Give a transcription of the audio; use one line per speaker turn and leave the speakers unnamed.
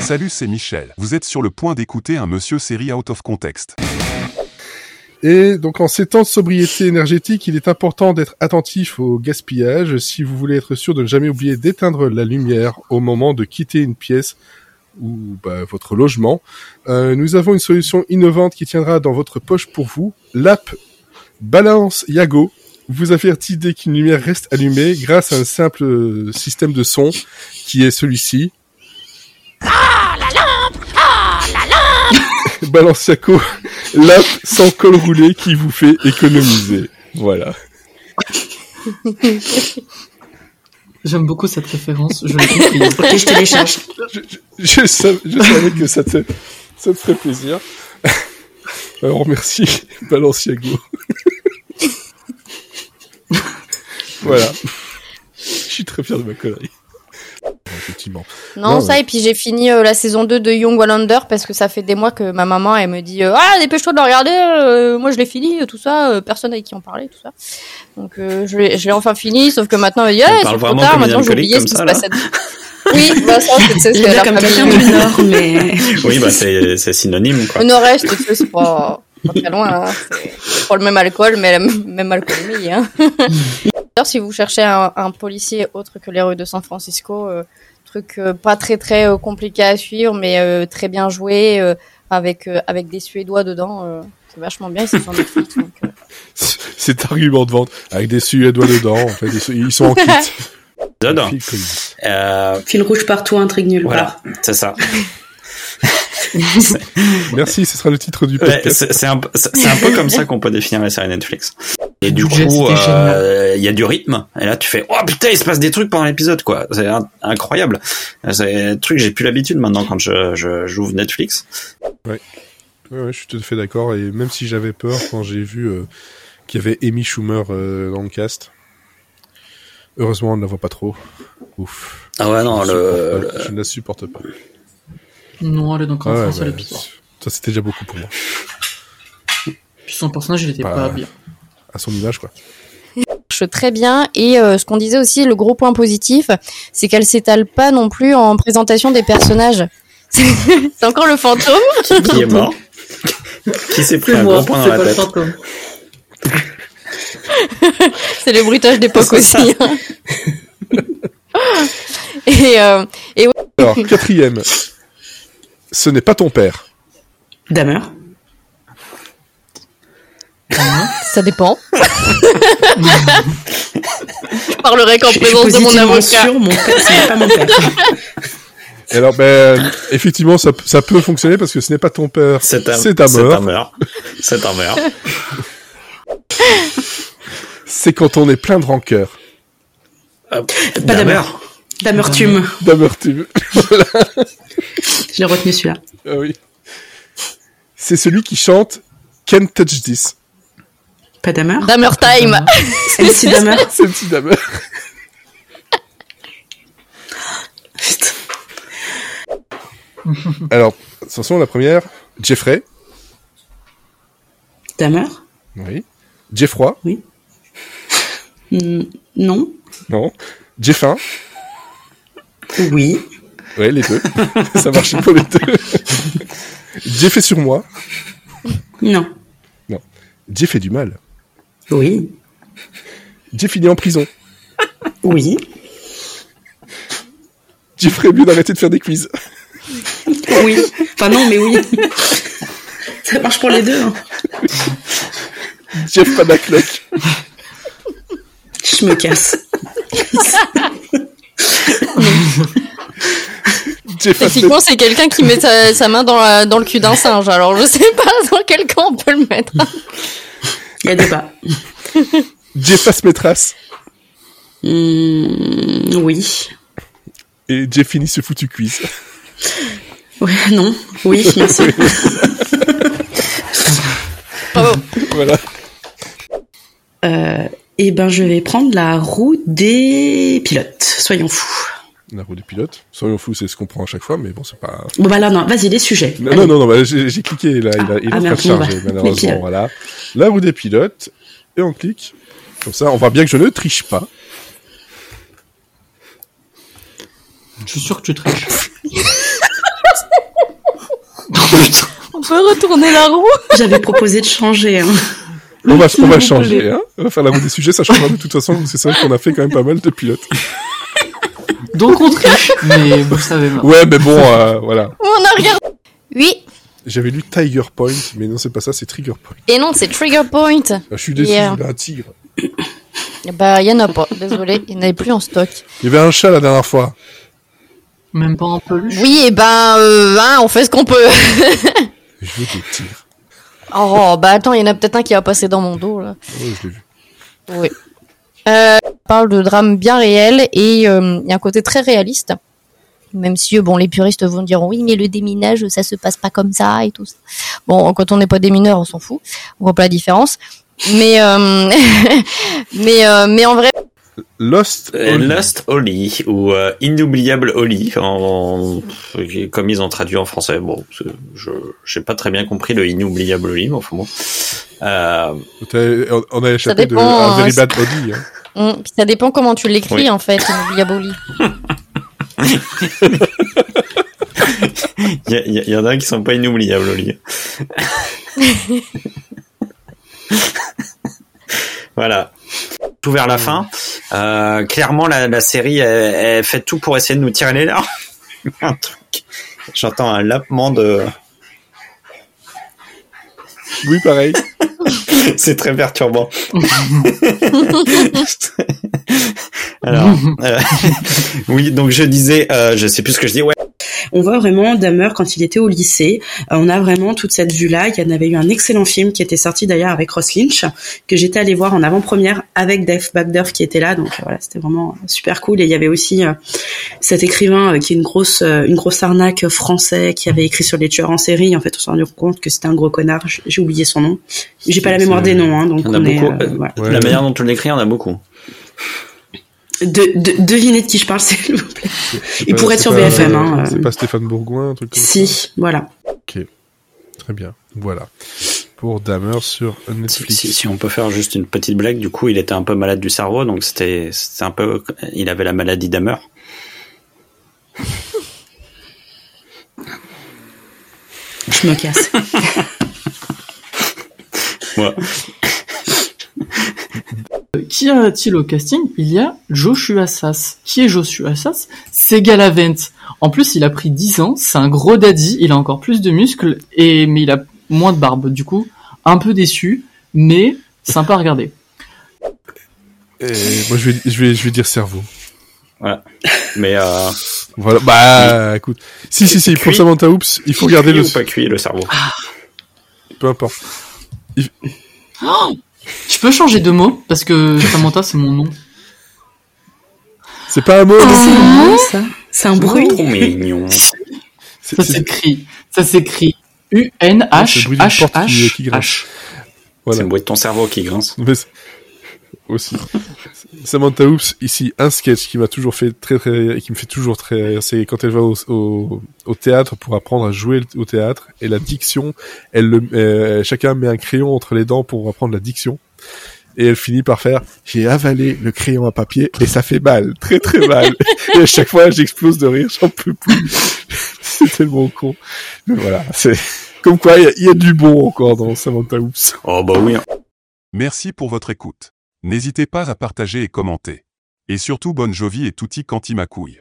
Salut, c'est Michel. Vous êtes sur le point d'écouter un monsieur série out of context.
Et donc en ces temps de sobriété énergétique, il est important d'être attentif au gaspillage si vous voulez être sûr de ne jamais oublier d'éteindre la lumière au moment de quitter une pièce ou bah, votre logement. Euh, nous avons une solution innovante qui tiendra dans votre poche pour vous, l'app Balance Yago vous avertit dès qu'une lumière reste allumée grâce à un simple euh, système de son qui est celui-ci. Ah la lampe Ah la lampe Balance Yago, l'app sans col roulé qui vous fait économiser. Voilà.
J'aime beaucoup cette référence. Je l'ai compris.
Ok, je télécharge.
Je, sav- je savais que ça te, ça te ferait plaisir. Alors merci Balenciago. voilà. Je suis très fier de ma connerie. Effectivement.
Non,
Non,
ça, et puis j'ai fini euh, la saison 2 de Young Wallander parce que ça fait des mois que ma maman, elle me dit euh, Ah, dépêche-toi de le regarder, euh, moi je l'ai fini, euh, tout ça, euh, personne avec qui en parler, tout ça. Donc euh, je l'ai je l'ai enfin fini, sauf que maintenant, elle me dit Ah,
On
c'est
parle
trop
vraiment
tard,
comme des
maintenant j'ai
alcooliques
oublié ce
comme
qui se
ça, là.
passait. Oui, bah ça, c'est- c'est
Je
ce qu'elle
l'ai
a
comme
pas
quelqu'un
mis.
du Nord, mais.
Oui, bah c'est c'est synonyme quoi.
Le Nord-Est, tu sais, c'est pas, pas très loin. Hein. C'est- C'est pas le même alcool, mais la m- même alcoolémie. Hein. D'ailleurs, si vous cherchez un, un policier autre que les rues de San Francisco, euh, truc euh, pas très très euh, compliqué à suivre, mais euh, très bien joué, euh, avec, euh, avec des Suédois dedans. euh, c'est vachement bien, c'est sur Netflix. Donc, euh,
C- Cet argument de vente avec des suédois dedans, en fait, ils- ils sont en kit.
J'adore.
Fille commune.
Euh,
Fil rouge partout, intrigue nulle
voilà, c'est ça.
Merci, ce sera le titre du
Ouais,
podcast.
c'est c'est un, peu- c'est- c'est un peu comme ça qu'on peut définir la série Netflix. Et du
Budget,
coup,
c'était génial.
euh, il y a du rythme. Et là, tu fais oh putain, il se passe des trucs pendant l'épisode quoi. C'est in- incroyable. C'est un truc que j'ai plus l'habitude maintenant quand je je- j'ouvre Netflix.
Ouais, ouais, je suis tout à fait d'accord. Et même si j'avais peur quand j'ai vu euh, qu'il y avait Amy Schumer euh, dans le cast, heureusement on ne la voit pas trop. Ouf.
Ah ouais non
je,
le,
supporte pas. Je ne la supporte pas.
Non, elle est donc en
Ah ouais,
France à
bah,
l'épisode.
ça c'était déjà beaucoup pour moi.
Puis son personnage, il était
Bah,
pas bien.
À son image, quoi.
marche très bien et euh, ce qu'on disait aussi le gros point positif c'est qu'elle s'étale pas non plus en présentation des personnages c'est encore le fantôme
le- qui est mort, qui s'est pris un gros point dans la tête.
fantôme.
C'est le bruitage d'époque
C'est
aussi.
ça.
hein. et euh,
Alors, quatrième. Ce n'est pas ton père.
Damer.
ça dépend. Je parlerai qu'en
Je suis
présence de mon
positivement
avocat.
sûre, mon père, ce n'est pas mon père.
Et alors, ben, effectivement, ça, ça peut fonctionner parce que ce n'est pas ton père.
C'est un,
C'est ta
C'est
mort.
un meurtre. C'est un meurtre.
C'est quand on est plein de rancœur.
Pas
Damer.
Damer. D'amertume.
D'amertume.
Je l'ai retenu celui-là.
ah oui. C'est celui qui chante Can't Touch This.
Pas Damer.
Damer time.
MC Damer.
C'est le petit Damer.
Putain.
Alors, attention, la première, Jeffrey.
Damer.
Oui. Jeffroy.
Hmm, Non.
Non. Jeffin.
Oui.
Ouais, les deux. Ça marchait pour les deux. Jeff est sur moi.
Non.
Jeff fait du mal.
Oui.
Jeff, il est en prison.
Oui.
Jeff ferait mieux d'arrêter de faire des quiz.
Oui. Enfin non, mais oui. Ça marche pour les deux. hein.
Jeff, pas de la claque.
Je me casse.
Jeff,
Techniquement, c'est quelqu'un qui met sa, sa main dans, la- dans le cul d'un singe. Alors, je sais pas dans quel camp on peut le mettre.
Il y a débat.
Jeff passe mes traces.
Hmm, oui.
Et Jeff finit ce foutu quiz.
Ouais, non. Oui, merci.
Bravo.
Voilà.
Euh, eh ben, je vais prendre la roue des pilotes. Soyons fous.
La roue du pilote. Soyons fous, c'est ce qu'on prend à chaque fois, mais bon, c'est pas.
Bon, bah là, non. Vas-y, les sujets.
Non,
Allez.
non, non, non, bah, j'ai j'ai cliqué, là, il a, il a
Ah,
pas
merde, bon,
chargé,
bah, les
malheureusement,
pilotes.
voilà. La roue des pilotes, et on clique. Comme ça, on voit bien que je ne triche pas.
Je suis sûr que tu triches.
peut retourner la roue.
J'avais proposé de changer. hein.
On va, on va
S'il vous
changer,
plaît.
hein. On va faire la roue des sujets, ça changera de toute façon, parce que c'est vrai qu'on a fait quand même pas mal de pilotes.
Donc on triche, mais vous savez pas.
Ouais, mais bon, euh, voilà.
On a regardé. Oui.
J'avais lu Tiger Point, mais non, c'est pas ça, c'est Trigger Point.
Et non, c'est Trigger Point.
Ah, je suis déçu,
Yeah.
il y avait un tigre.
Bah, il y en a pas. Désolé, il n'y en avait plus en stock.
Il y avait un chat la dernière fois.
Même pas en peluche.
Oui, et ben, euh, hein, on fait ce qu'on peut.
Je veux des tigres.
Oh, bah attends, il y en a peut-être un qui va passer dans mon dos, là.
Oh, je l'ai vu.
Oui. Euh, on parle de drames bien réels et euh, il y a un côté très réaliste. Même si, euh, bon, les puristes vont dire oui, mais le déminage, ça se passe pas comme ça et tout ça. Bon, quand on n'est pas des mineurs, on s'en fout. On voit pas la différence. Mais, euh, mais, euh, mais en vrai,
Lost.
Euh,
Only.
Lost Holly ou euh, Inoubliable Holly, en- en- comme ils ont traduit en français. Bon, c'est- je j'ai pas très bien compris le Inoubliable Holly, mais enfin bon. Euh,
T'as- On on a échappé de
dépend,
un
hein,
Very
c'est-
Bad Body. hein.
on- puis ça dépend comment tu l'écris,
Oui.
en fait, une diabolie.
Il y, a- il y a- il y en a qui sont pas inoubliables, Oli. voilà. Tout vers la fin. Euh, clairement, la, la série, elle, elle fait tout pour essayer de nous tirer les larmes. un truc. J'entends un lapement de.
Oui, pareil.
C'est très perturbant. Alors, euh, oui, donc je disais, euh, je sais plus ce que je dis. Ouais,
On voit vraiment Dahmer quand il était au lycée. Euh, on a vraiment toute cette vue-là. Il y en avait eu un excellent film qui était sorti d'ailleurs avec Ross Lynch, que j'étais allée voir en avant-première avec Dave Bagder qui était là. Donc euh, voilà, c'était vraiment super cool. Et il y avait aussi euh, cet écrivain euh, qui est une grosse, euh, une grosse arnaque français qui avait écrit sur les tueurs en série. En fait, on s'est rendu compte que c'était un gros connard. J'ai j'ai oublié son nom. J'ai pas la
C'est-
mémoire des noms, hein, donc
il y en a
on est.
beaucoup.
euh, voilà.
Ouais.
la manière dont on l'écrit, il y en a beaucoup.
De- de- devinez de qui je parle, s'il vous plaît.
C'est
Il
pas-
pourrait être
c'est
sur
pas-
BFM. hein,
C'est
euh,
pas Stéphane Bourgoin, un truc comme ça.
Si, voilà.
Très bien. Voilà. Pour Dahmer sur
Si,
Netflix.
si- si on peut faire juste une petite blague, du coup, il était un peu malade du cerveau, donc c'était c'était un peu, il avait la maladie d'Hammer.
Je me casse.
Voilà.
Qui a-t-il au casting Il y a Joshua Sass. Qui est Joshua Sass C'est Galavent. En plus, il a pris 10 ans, c'est un gros daddy, il a encore plus de muscles, et... mais il a moins de barbe. Du coup, un peu déçu, mais sympa à regarder.
Et moi, je vais, je vais, je vais dire cerveau.
Mais euh,
Voilà. Bah, écoute. Si, si, si, pour
Cuit.
Samantha Oops, il faut regarder
cuit
le.
ou pas cuit le cerveau.
Peu importe.
Tu peux changer de mot, parce que Samantha, c'est mon nom.
C'est pas un mot. mais
C'est
c'est-
mignon, ça. C'est un bruit.
Trop mignon.
c'est-
Ça
c'est-
s'écrit. Ça s'écrit
C'est le bruit d'une porte qui- euh, qui
U-N-H-H-H.
grince. Voilà.
C'est le bruit de ton cerveau qui grince.
Mais c'est- aussi. Samantha Oops, ici, un sketch qui m'a toujours fait très, très, qui me fait toujours très, rire, c'est quand elle va au, au, au théâtre pour apprendre à jouer au théâtre et la diction, elle le, euh, chacun met un crayon entre les dents pour apprendre la diction. Et elle finit par faire, j'ai avalé le crayon à papier et ça fait mal, très très mal. et à chaque fois, j'explose de rire, j'en peux plus. c'est tellement con. Mais voilà, c'est, comme quoi, il y a- il y, a du bon encore dans Samantha Oops.
Oh bah oui.
Merci pour votre écoute. N'hésitez pas à partager et commenter. Et surtout bonne jovie et tutti quanti ma couille.